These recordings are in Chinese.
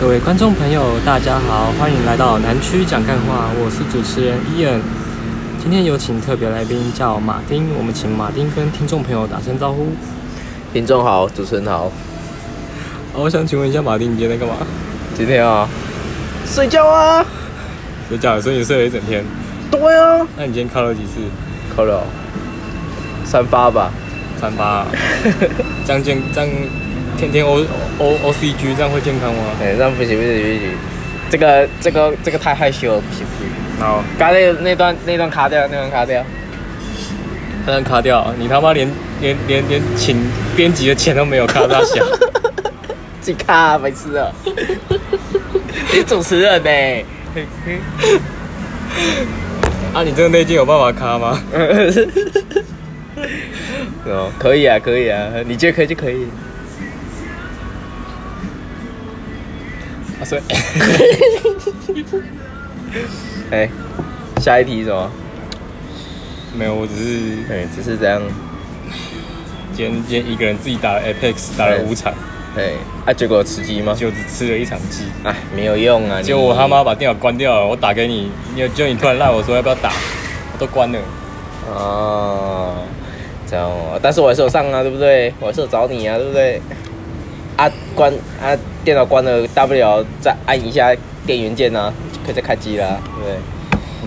各位观众朋友，大家好，欢迎来到南区讲干话，我是主持人伊恩。今天有请特别来宾叫马丁，我们请马丁跟听众朋友打声招呼。听众好，主持人好，哦好，我想请问一下马丁，你今天在干嘛？今天啊，睡觉啊，睡觉，所以你睡了一整天。对啊，那你今天靠了几次？扣了哦三发吧，三 八、啊。这样健，这样天天 O O O C G，这样会健康吗？哎、这样不行不行不行，这个这个这个太害羞了，不行不行，好，刚才那那段那段卡掉，那段卡掉，当然卡掉，你他妈连连连连请编辑的钱都没有，咔嚓 响。自己卡、啊，白痴 啊，你是主持人呢、啊，你这个内镜有办法卡 吗？哦，可以啊，可以啊，你觉得可以就可以。啊，所以哎、下一题是什么？ 没有，我只是哎、只是这样，今天今天一个人自己打了 Apex，打了五场，哎、啊，结果吃鸡吗？就只吃了一场鸡。哎，没有用啊，结果我他妈把电脑关掉了，我打给你，你就你突然赖我说要不要打，我都关了。哦，这样哦，但是我还是有上啊，对不对？我还是有找你啊，对不对？啊，关啊，电脑关了，大不了再按一下电源键啊，就可以再开机啦、对不对？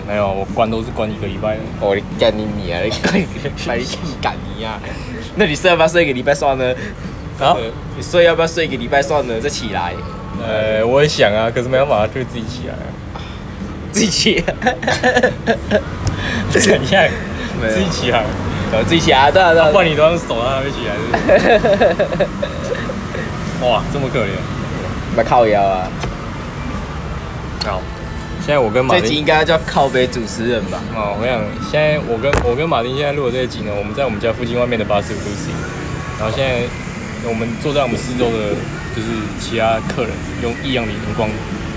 没有，我关都是关一个礼拜的。我、哦、干你你啊，你干你干你干你啊！那你睡要不要睡一个礼拜算呢？啊呃你睡要不要睡一个礼拜算呢？再起来，呃，我也想啊，可是没办法，就自己起来啊。自己起 来，怎样？没有自己起来，呃自己起来，对啊对啊不然你都用手让他们起来是不是。哇，这么可怜。买靠腰啊！好，现在我跟马这集丁应，该叫靠背主持人吧？哦，我想现在我跟我跟马丁现在录的这一集呢，我们在我们家附近外面的八十五度 C，然后现在我们坐在我们四周的，就是其他客人用异样的眼光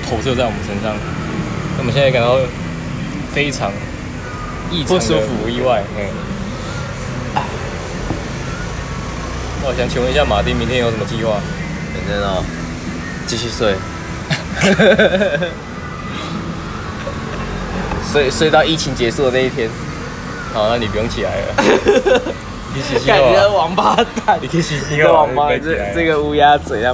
投射在我们身上，那我们现在感到非常异常不舒的服不意外，嗯。我想请问一下马丁，明天有什么计划？反正哦，继续 睡，睡睡到疫情结束的那一天。好，那你不用起来 了，你起感洗觉了，王八蛋你，可以洗洗这了，王八你不这要起来了啊这个乌鸦嘴啊！